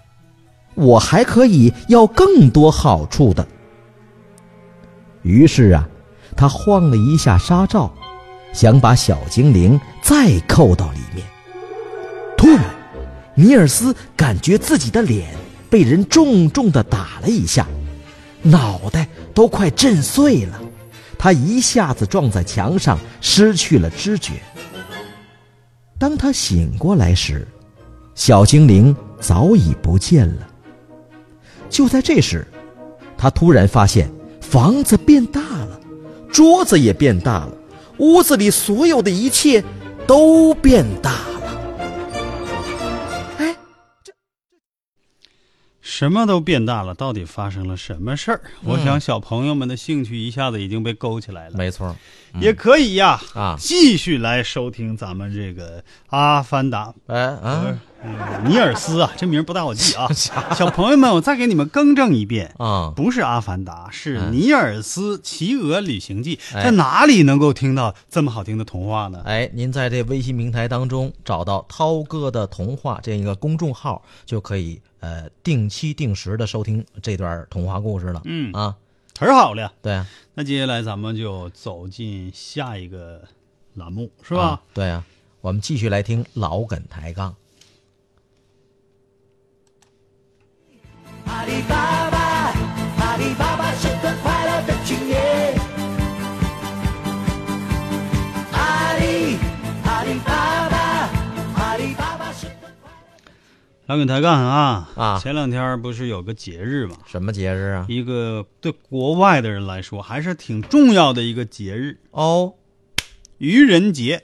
我还可以要更多好处的。于是啊，他晃了一下纱罩，想把小精灵再扣到里面。突然，尼尔斯感觉自己的脸被人重重的打了一下，脑袋都快震碎了。他一下子撞在墙上，失去了知觉。当他醒过来时，小精灵早已不见了。就在这时，他突然发现房子变大了，桌子也变大了，屋子里所有的一切都变大了。哎，什么都变大了，到底发生了什么事儿？我想小朋友们的兴趣一下子已经被勾起来了。没错，也可以呀啊继续来收听咱们这个《阿凡达》哎啊嗯尼尔斯啊，这名儿不大好 记啊。小朋友们，我再给你们更正一遍啊，嗯不是《阿凡达》，是《尼尔斯骑鹅旅行记》哎在哪里能够听到这么好听的童话呢？哎，您在这微信平台当中找到“涛哥的童话”这样一个公众号，就可以呃定期定时的收听这段童话故事了。嗯啊，忒好了。对啊，那接下来咱们就走进下一个栏目，是是吧？对啊，我们继续来听老梗抬杠。阿里巴巴，阿里巴巴是个快乐的青年。阿里，阿里巴巴，阿里巴巴是个。老梗抬杠啊啊前两天不是有个节日嘛，什么节日啊？一个对国外的人来说还是挺重要的一个节日哦——愚人节。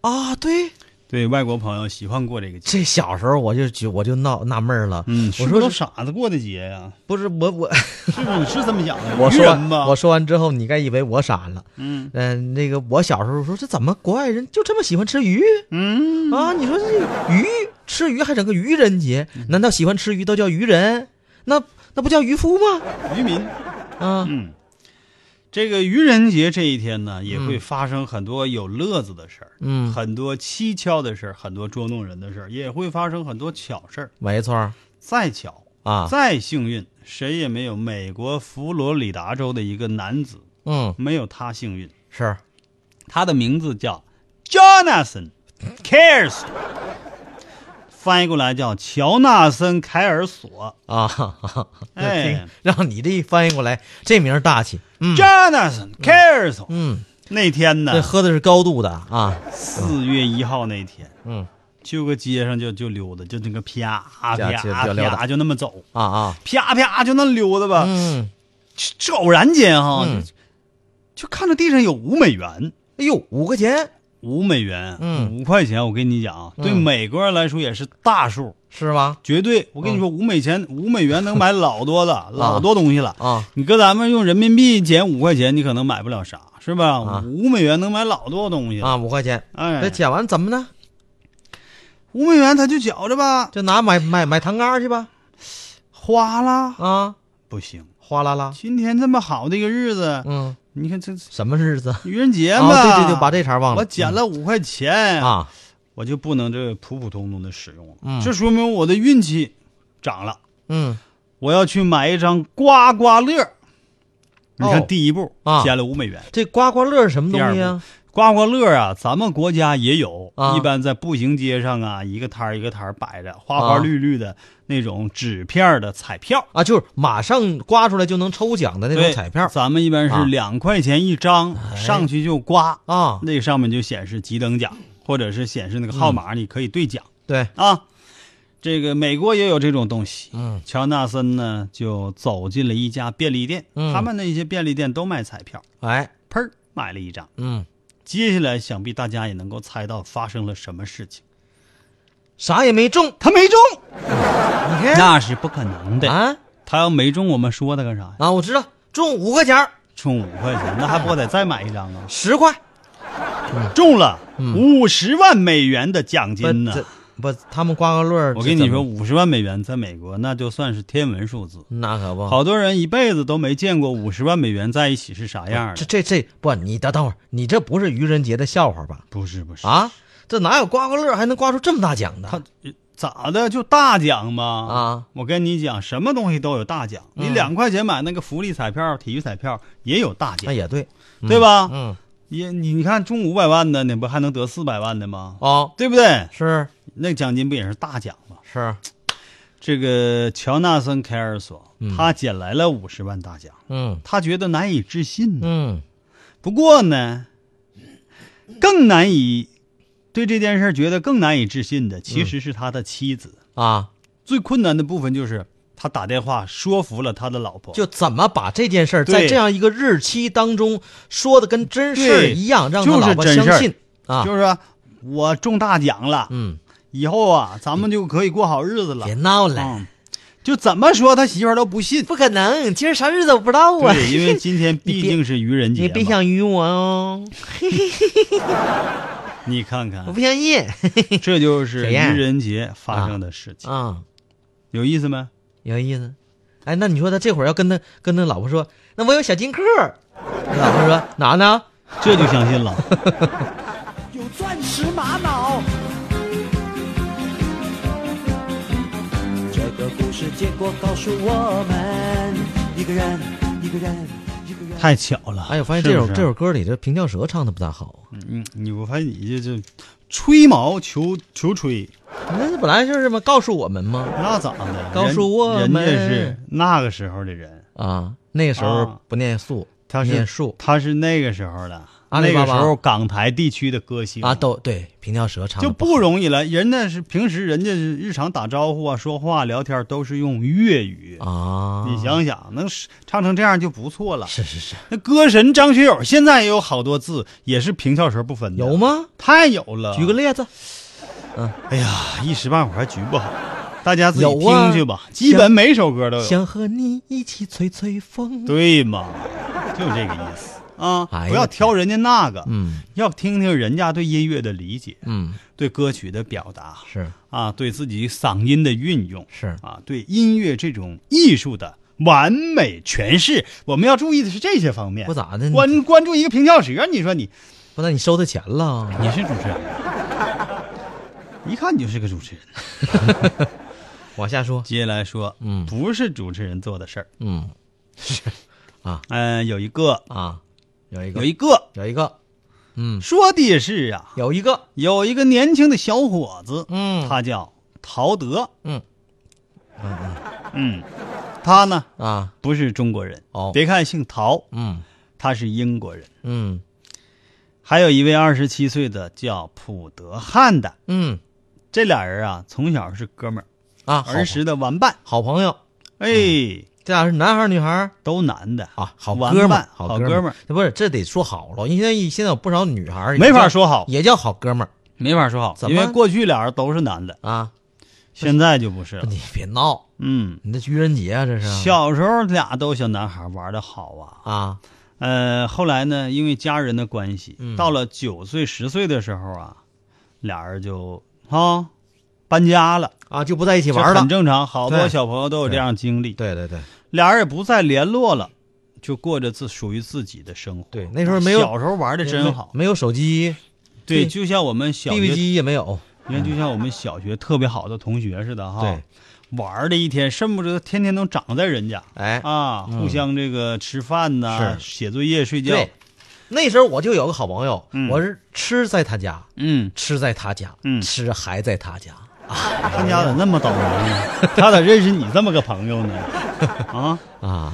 啊，对，对外国朋友喜欢过这个节，这小时候我就觉我就闹纳闷儿了，嗯，是不我是说都是傻子过的节呀、不是我我是不是？你是这么想的？我愚 说完人吧，我说完之后，你该以为我傻了。嗯嗯、那个我小时候说这怎么国外人就这么喜欢吃鱼嗯，啊？你说这鱼吃鱼还整个愚人节，嗯难道喜欢吃鱼都叫愚人？那那不叫渔夫吗？渔民。啊，嗯，这个愚人节这一天呢，也会发生很多有乐子的事儿，嗯很多蹊跷的事儿，很多捉弄人的事儿，也会发生很多巧事儿。没错儿再巧，啊，再幸运，谁也没有美国佛罗里达州的一个男子嗯没有他幸运。是他的名字叫 Jonathan Cares，翻译过来叫乔纳森·凯尔索。啊，哈哈 哎听让你这一翻译过来，这名儿大气， Jonathan Carson、嗯，那天这呢，喝的是高度的啊，四月一号那天，嗯去个街上就就溜达，就那个啪啪就就啪就溜达啪就那么走，啊啊，啪啪就那溜达吧。嗯这这偶然间哈，嗯就就看着地上有五美元，哎呦，五块钱五美元，嗯五块钱，我跟你讲啊，对嗯美国人来说也是大数，是吗？绝对。我跟你说，嗯五美钱五美元能买老多 了，老多东西了。啊，你搁咱们用人民币减五块钱，你可能买不了啥，是吧啊？五美元能买老多东西了。啊，五块钱，哎这捡完怎么呢？五美元他就觉着吧，就拿买买买糖干去吧，花了啊，不行。哗啦啦，今天这么好的一个日子，嗯，你看这什么日子？啊，愚人节嘛，对对对，把这茬忘了，我捡了五块钱嗯，啊，我就不能这普普通通的使用了。嗯这说明我的运气涨了。嗯我要去买一张刮刮乐。你看第一步哦啊捡了五美元，这刮刮乐是什么东西啊？刮刮乐啊，咱们国家也有，啊一般在步行街上啊，一个摊儿一个摊儿摆着，花花啊绿绿的那种纸片儿的彩票。啊，就是马上刮出来就能抽奖的那种对彩票咱们一般啊哎是两块钱一张，上去就刮，啊，那上面就显示几等奖，或者是显示那个号码，你可以兑奖、对，啊。这个美国也有这种东西。嗯乔纳森呢就走进了一家便利店，嗯他们那些便利店都卖彩票，哎，砰儿买了一张。嗯，接下来想必大家也能够猜到发生了什么事情，啥也没中，他没中， 你看那是不可能的。啊他要没中，我们说他干啥呀？啊，我知道中五块钱儿，中五块钱，那还不得再买一张啊？十块，嗯中了五十万美元的奖不金呢！这不，他们刮刮乐儿是怎么，我跟你说，五十万美元在美国那就算是天文数字，那可不，好多人一辈子都没见过五十万美元在一起是啥样哦这的。这这不，你等等会儿，你这不是愚人节的笑话吧？不是不是，啊，这哪有刮刮乐还能刮出这么大奖的？他咋的就大奖嘛？啊，嗯我跟你讲，什么东西都有大奖。你两块钱买那个福利彩票、体育彩票也有大那奖，也对，对吧？哎嗯，也你你看中五百万的，你不还能得四百万的吗？哦，对不对？是那奖金不也是大奖吗？是，这个乔纳森·凯尔索，他捡来了五十万大奖，嗯他觉得难以置信呢。嗯不过呢，更难以对这件事儿觉得更难以置信的，其实是他的妻子。啊，最困难的部分就是他打电话说服了他的老婆，就怎么把这件事儿在对这样一个日期当中说的跟真事儿对一样，让他就是老婆真相事儿信啊。就是说我中大奖了，嗯，以后啊，咱们就可以过好日子了别。闹了，嗯，就怎么说他媳妇儿都不信。不可能，今儿啥日子我不知道啊。对，因为今天毕竟是愚人节你别嘛想晕我哦，你看我看，不相信。这就是谁愚呀人节发生的事情， 啊，有意思没？有意思。哎，那你说他这会儿要跟他跟他老婆说，那我有小金库儿，他老婆说哪呢？这就相信了。 有钻石玛瑙。这个故事结果告诉我们，一个人，一个人，一个人。太巧了！哎，我发现这首这首，首歌里这平翘舌唱的不大好，嗯，你我发现你这这吹毛求求吹，那本来就是嘛，告诉我们嘛那咋的？告诉人我人家们是那个时候的人，啊，那个时啊候不念素，他是念数他是那个时候的，阿那里个巴时巴候港台地区的歌星啊，都对平翘舌唱就得好不容易了。人家是平时人家是日常打招呼啊、说话、聊天都是用粤语。啊，你想想，能是唱成这样就不错了。是是是那歌神张学友现在也有好多字也是平翘舌不分的，有？吗？太有了！举个例子，啊哎呀，一时半会儿还举不好，大家自己有啊听去吧。基本每首歌都有，想和你一起吹吹风。对嘛？就这个意思啊！哎呀不要挑人家那个，嗯要听听人家对音乐的理解，嗯，对歌曲的表达是啊，对自己嗓音的运用是啊，对音乐这种艺术的。完美诠释，我们要注意的是这些方面。不咋的关关注一个平翘舌，你说你不，那你收他钱了？你是主持人， 一看你就是个主持人。往下说，接下来说，嗯不是主持人做的事儿。嗯嗯、有一个，啊，有一个有一个，有一个，嗯，说的是啊，有一个，有一个年轻的小伙子，嗯他叫陶德，嗯嗯，他呢啊，不是中国人哦别看姓陶，嗯他是英国人。嗯还有一位二十七岁的叫普德汉的，嗯这俩人啊从小是哥们儿，啊，好儿时的玩伴，好朋友，哎，这俩是男孩儿女孩儿都男的啊，好玩哥们儿伴，好好哥们儿，，这不是这得说好了，因为现在现在有不少女孩儿也没法叫说好，也叫好哥们儿没法说好，怎因么为过去俩人都是男的，啊，现在就不是了。你别闹，嗯，你这愚人节啊，这是小时候俩都小男孩玩的好啊，啊，呃，后来呢，因为家人的关系，嗯到了九岁十岁的时候啊，俩人就啊搬家了，啊，就不在一起这玩儿了很。正常，好多对小朋友都有这样经历。对对对俩人也不再联络了，就过着自属于自己的生活。对，那时候没有，小时候玩的真好，没有手机对，对就像我们小，BB 学，机也没有。你看，就像我们小学特别好的同学似的哈，对，玩的一天，恨不得天天能长在人家哎，啊，互相这个吃饭呐、是写作业、睡觉对，，那时候我就有个好朋友，嗯我是吃在他家，嗯，吃在他家，嗯吃还在他家。他家咋那么倒霉呢？他咋认识你这么个朋友呢？ 啊，啊，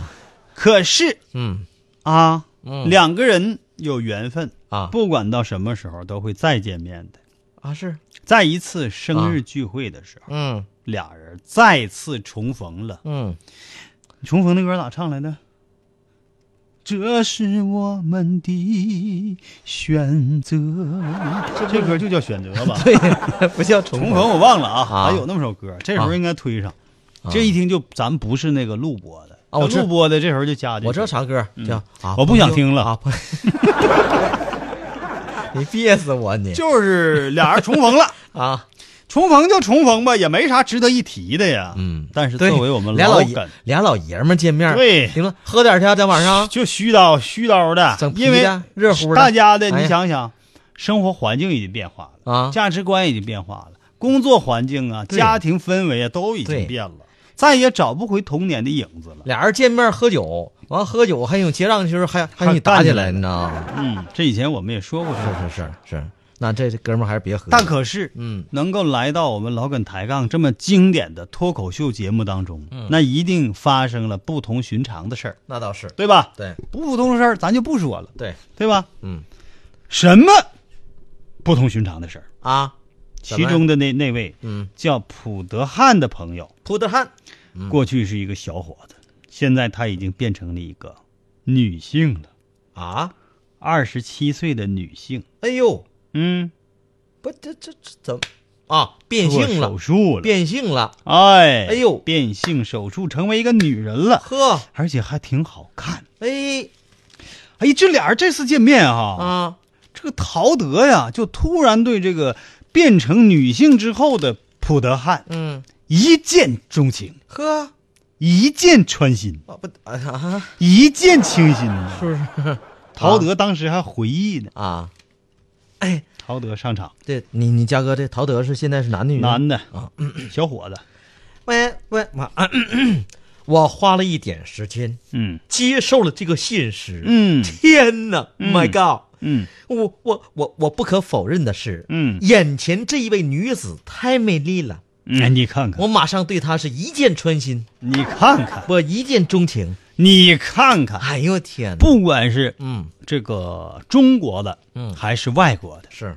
可是嗯啊，嗯两个人有缘分，啊不管到什么时候都会再见面的。啊是，在一次生日聚会的时候，嗯俩人再次重逢了。嗯，重逢那歌咋唱来的？这是我们的选择，这歌就叫选择吧。对， 不叫重重逢我忘了啊啊，还有那么首歌，这时候应该推上。这一听就咱不是那个录播的啊我知录播的这时候就加进去。我知道啥歌叫啊，嗯我不想听了啊，不 你憋死我你就是俩人重逢 了，啊，重逢就重逢吧，也没啥值得一提的呀。嗯但是对作为我们俩老老爷梗，俩老爷们儿见面儿，对行了，喝点儿去啊，咱晚上就虚叨虚叨的，整皮因为的热乎的大家的，哎呀你想想，生活环境已经变化了啊价值观已经变化了，工作环境啊，对家庭氛围啊，都已对经变了，再也找不回童年的影子了。俩人见面儿喝酒，完了喝酒还有结账的时候还还有你还干打起起来来，你知道吗？嗯，这以前我们也说过这个，是是是是，那这哥们儿还是别喝。但可是，嗯能够来到我们老梗抬杠这么经典的脱口秀节目当中，嗯那一定发生了不同寻常的事儿，那倒是，对吧？对不普通的事儿咱就不说了，对对吧？嗯，什么不同寻常的事儿？啊，其中的那那位，嗯，叫普德汉的朋友，普德汉过去是一个小伙子，现在他已经变成了一个女性了，啊，二十七岁的女性，哎呦，嗯，不这这这怎么啊变做性手了，术了，变性了，哎，哎呦变性手术成为一个女人了，呵，而且还挺好看。哎哎，这俩人这次见面啊，啊，这个陶德呀，就突然对这个变成女性之后的普德汉嗯一见钟情，呵，一箭穿心，啊不啊一见倾心呢。 是不是陶德当时还回忆呢， 啊？ 哎，陶德上场，这你你嘉哥这陶德是现在是男的女的？男的啊，小伙子，喂喂，妈，咳咳我 花了一点时间嗯接受了这个现实。嗯天哪、m y God！嗯我我我我不可否认的是，嗯眼前这一位女子太美丽了，嗯，你看看，我马上对她是一见穿心，你看看，我一见钟情。你看看， 哎呦天哪！，不管是嗯，这个中国的，嗯还是外国的，是，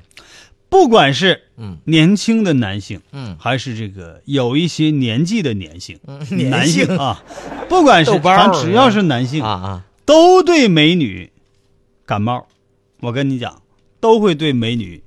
不管是嗯年轻的男性，嗯还是这个有一些年纪的年性，年男性性啊，不管是豆包儿咱只要是男性啊，啊，都对美女感冒。我跟你讲，都会对美女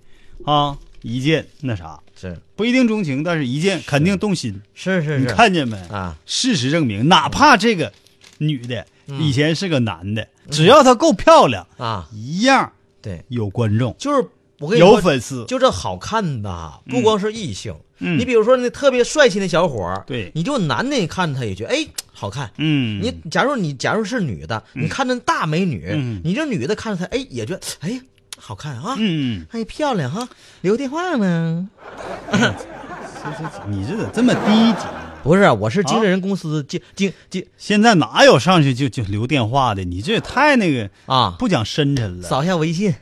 啊一见那啥，是不一定钟情，但是一见肯定动心。是是是，你看见没？啊，事实证明，哪怕这个女的嗯以前是个男的，只要她够漂亮，啊，一样对，有观众，就是我跟你有说，粉丝。就这好看的，不光是异性。嗯你比如说那特别帅气那小伙儿，对你就男的，你看他也觉得哎好看。嗯，你假如你假如是女的，你看着大美女，嗯你这女的看着她，哎，也觉得哎好看啊，嗯。哎漂亮哈、留电话呢？啊你这咋这么低级？不是啊，我是经纪人公司经经经现在哪有上去就就留电话的？你这也太那个啊，不讲深沉了。扫一下 微信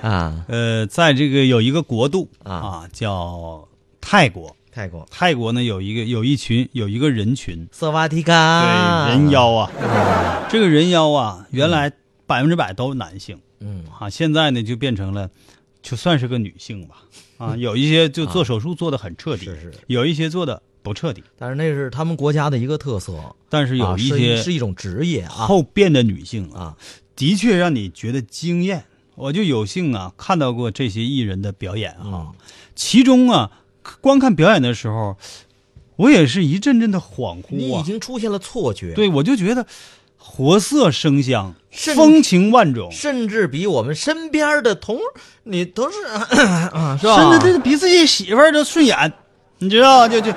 啊，呃，在这个有一个国度啊叫泰国，泰国，泰国呢有一个有一群有一个人群，色瓦对迪卡，人，妖啊，这个人妖啊，原来百分之百都是男性嗯啊，现在呢就变成了，就算是个女性吧啊，有一些就做手术做的很彻底，是是有一些做的不彻底，但是那是他们国家的一个特色，但是有啊一是些是一种职业啊后变的女性啊，啊，的确让你觉得惊艳。我就有幸啊看到过这些艺人的表演啊，嗯其中啊观看表演的时候，我也是一阵阵的恍你惚已啊，经出现了错觉，对我就觉得活色生香，甚风情万种，甚至比我们身边的同你都 是啊，是吧？甚至这比自己媳妇儿都顺眼，你知道就就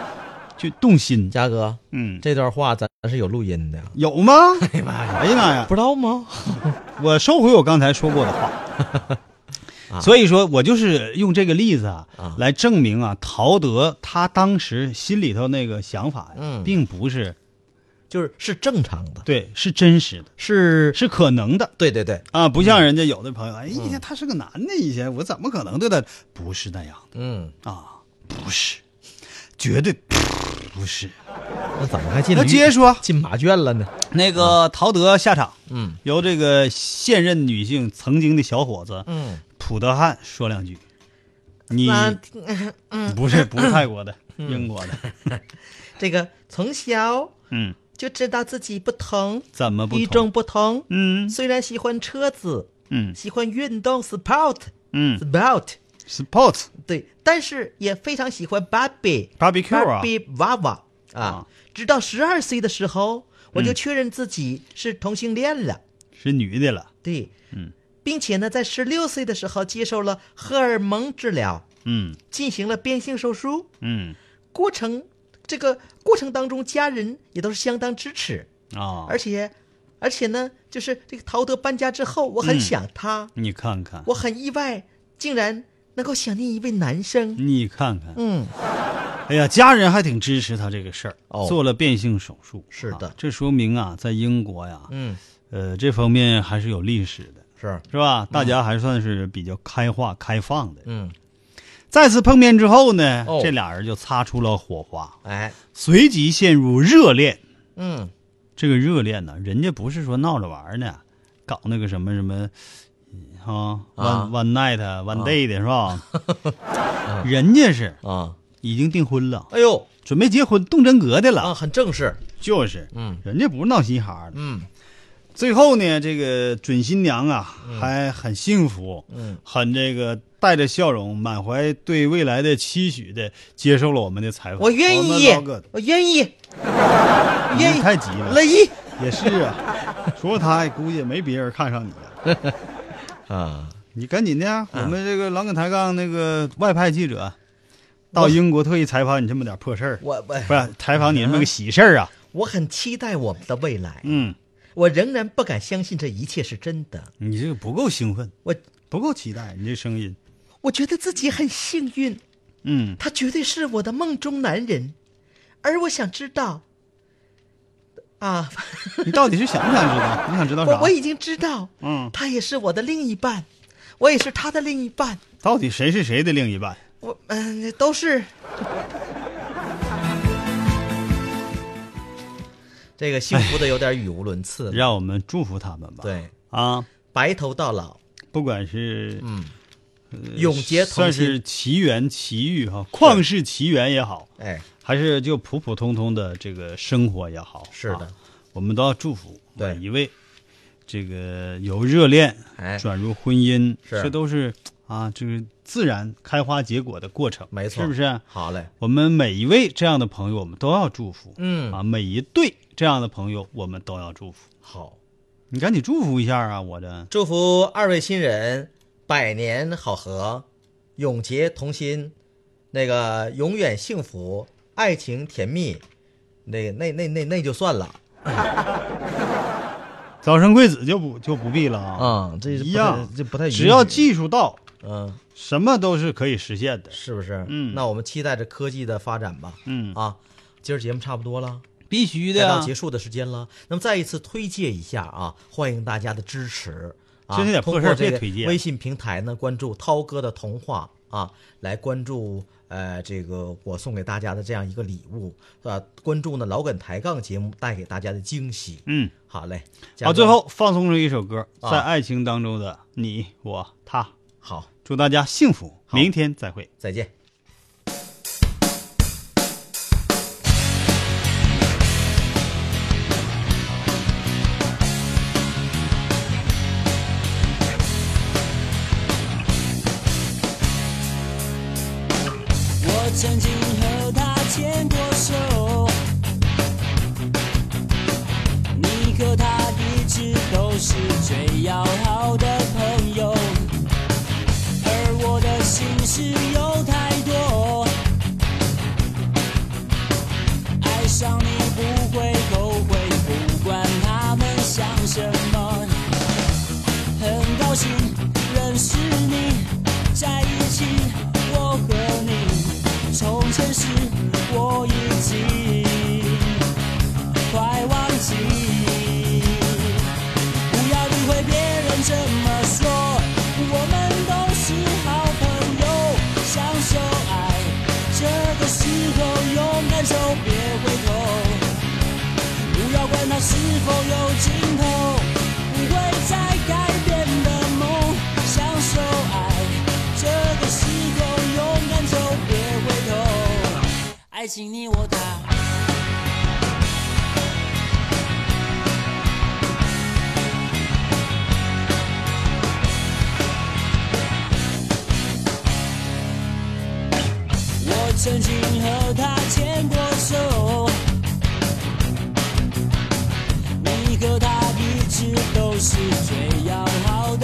就动心，嘉哥，嗯，这段话咱是有录音的，有 吗？哎呀妈呀！哎呀妈呀！不知道吗？我收回我刚才说过的话。 啊所以说我就是用这个例子啊啊，来证明啊，陶德他当时心里头那个想法，嗯并不是就是是正常的，对，是真实的，是，是可能的对对对，啊，不像人家有的朋友，哎，嗯以前他是个男的，以前我怎么可能对他不是那样嗯，的啊？不是，绝对不是。那怎么还进那驴接着说进马圈了呢？那个陶德下场，嗯由这个现任女性曾经的小伙子，嗯，普德汉说两句。你嗯那不 是不是泰国的，英国的，这个从小 嗯，就知道自己不疼，怎么不与同？众不同。嗯虽然喜欢车子，嗯喜欢运动 sport 嗯 sport， ，sports 对，但是也非常喜欢芭比 barbecue 芭啊，比娃娃啊嗯啊。直到十二岁的时候，我就确认自己是同性恋了。是女的了，对，嗯，并且呢，在十六岁的时候接受了荷尔蒙治疗，嗯进行了变性手术。嗯过程这个过程当中，家人也都是相当支持，啊，而且而且呢，就是这个陶德搬家之后，我很嗯想他，你看看，我很意外，竟然能够想念一位男生。你看看，嗯，哎呀，家人还挺支持他这个事儿，哦做了变性手术，是的啊这说明啊，在英国呀，嗯，呃，这方面还是有历史的，是，是吧？大家还算是比较开化、开放的。嗯，再次碰面之后呢，哦这俩人就擦出了火花，哎，随即陷入热恋。嗯，这个热恋呢，人家不是说闹着玩儿呢，搞那个什么什么，嗯啊啊，one one night one day 的是吧？ 人家是啊，已经订婚了，哎呦，准备结婚，动真格的啊，了，很正式，就是，嗯，人家不是闹嘻哈的。嗯最后呢，这个准新娘啊，还很幸福，嗯，很这个带着笑容，满怀对未来的期许的接受了我们的采访。我愿们意唠个，我愿意，愿你意，太急了，乐意也是啊，除了他，估计也没别人看上你了。啊，你赶紧的啊，我们这个老梗抬杠那个外派记者，到英国特意采访你这么点破事儿，我我不是采访你这么个喜事儿啊。我很期待我们的未来，嗯，我仍然不敢相信这一切是真的，你这个不够兴奋，我不够期待，你这声音。我觉得自己很幸运，嗯，他绝对是我的梦中男人，而我想知道，啊，你到底是想不想知道？你想知道我啥我？已经知道，嗯，他也是我的另一半，我也是他的另一半，到底谁是谁的另一半？我嗯、都是。这个幸福的有点语无伦次了，让我们祝福他们吧。嗯对，啊，白头到老，不管是嗯，永结同算心是，奇缘奇遇哈，旷世奇缘也好，哎，还是就普普通通的这个生活也好，是的啊我们都要祝福对每一位这个由热恋哎转入婚姻，是这都是啊，这个自然开花结果的过程，没错是不是？好嘞，我们每一位这样的朋友，我们都要祝福，嗯啊，每一对这样的朋友，我们都要祝福。好，你赶紧祝福一下啊，我的祝福二位新人百年好合，永结同心，那个永远幸福，爱情甜蜜，那个那那那那就算了，早生贵子就不就不必了啊，啊，这是一不太样这不太允许只要，技术到，嗯，什么都是可以实现的。是不是？嗯那我们期待着科技的发展吧，嗯，啊，今儿节目差不多了。必须来的到啊结。束的时间了，那么再一次推介一下啊，欢迎大家的支持啊！真是点破通事儿过这别个推荐微信平台呢，关注涛哥的童话啊，来关注呃这个我送给大家的这样一个礼物，是吧？关注呢老梗抬杠节目带给大家的惊喜。嗯，好嘞，嘉好，哥最后放松出一首歌，啊在爱情当中的你我他，好，祝大家幸福，好明天再会。再见。我曾经和他牵过手，你和他一直都是最要好的朋友，而我的心事有太多，爱上你不会后悔，不管他们想什么，很高兴认识你。在一起，我和你，从前事我已经快忘记。不要理会别人怎么说，我们都是好朋友，享受爱。这个时候勇敢走，别回头。不要管它是否有尽头，不会再改变的梦，享受爱。这个时候勇敢走，别回头，爱情你我他。我曾经和他牵过手。你和他一直都是最要好的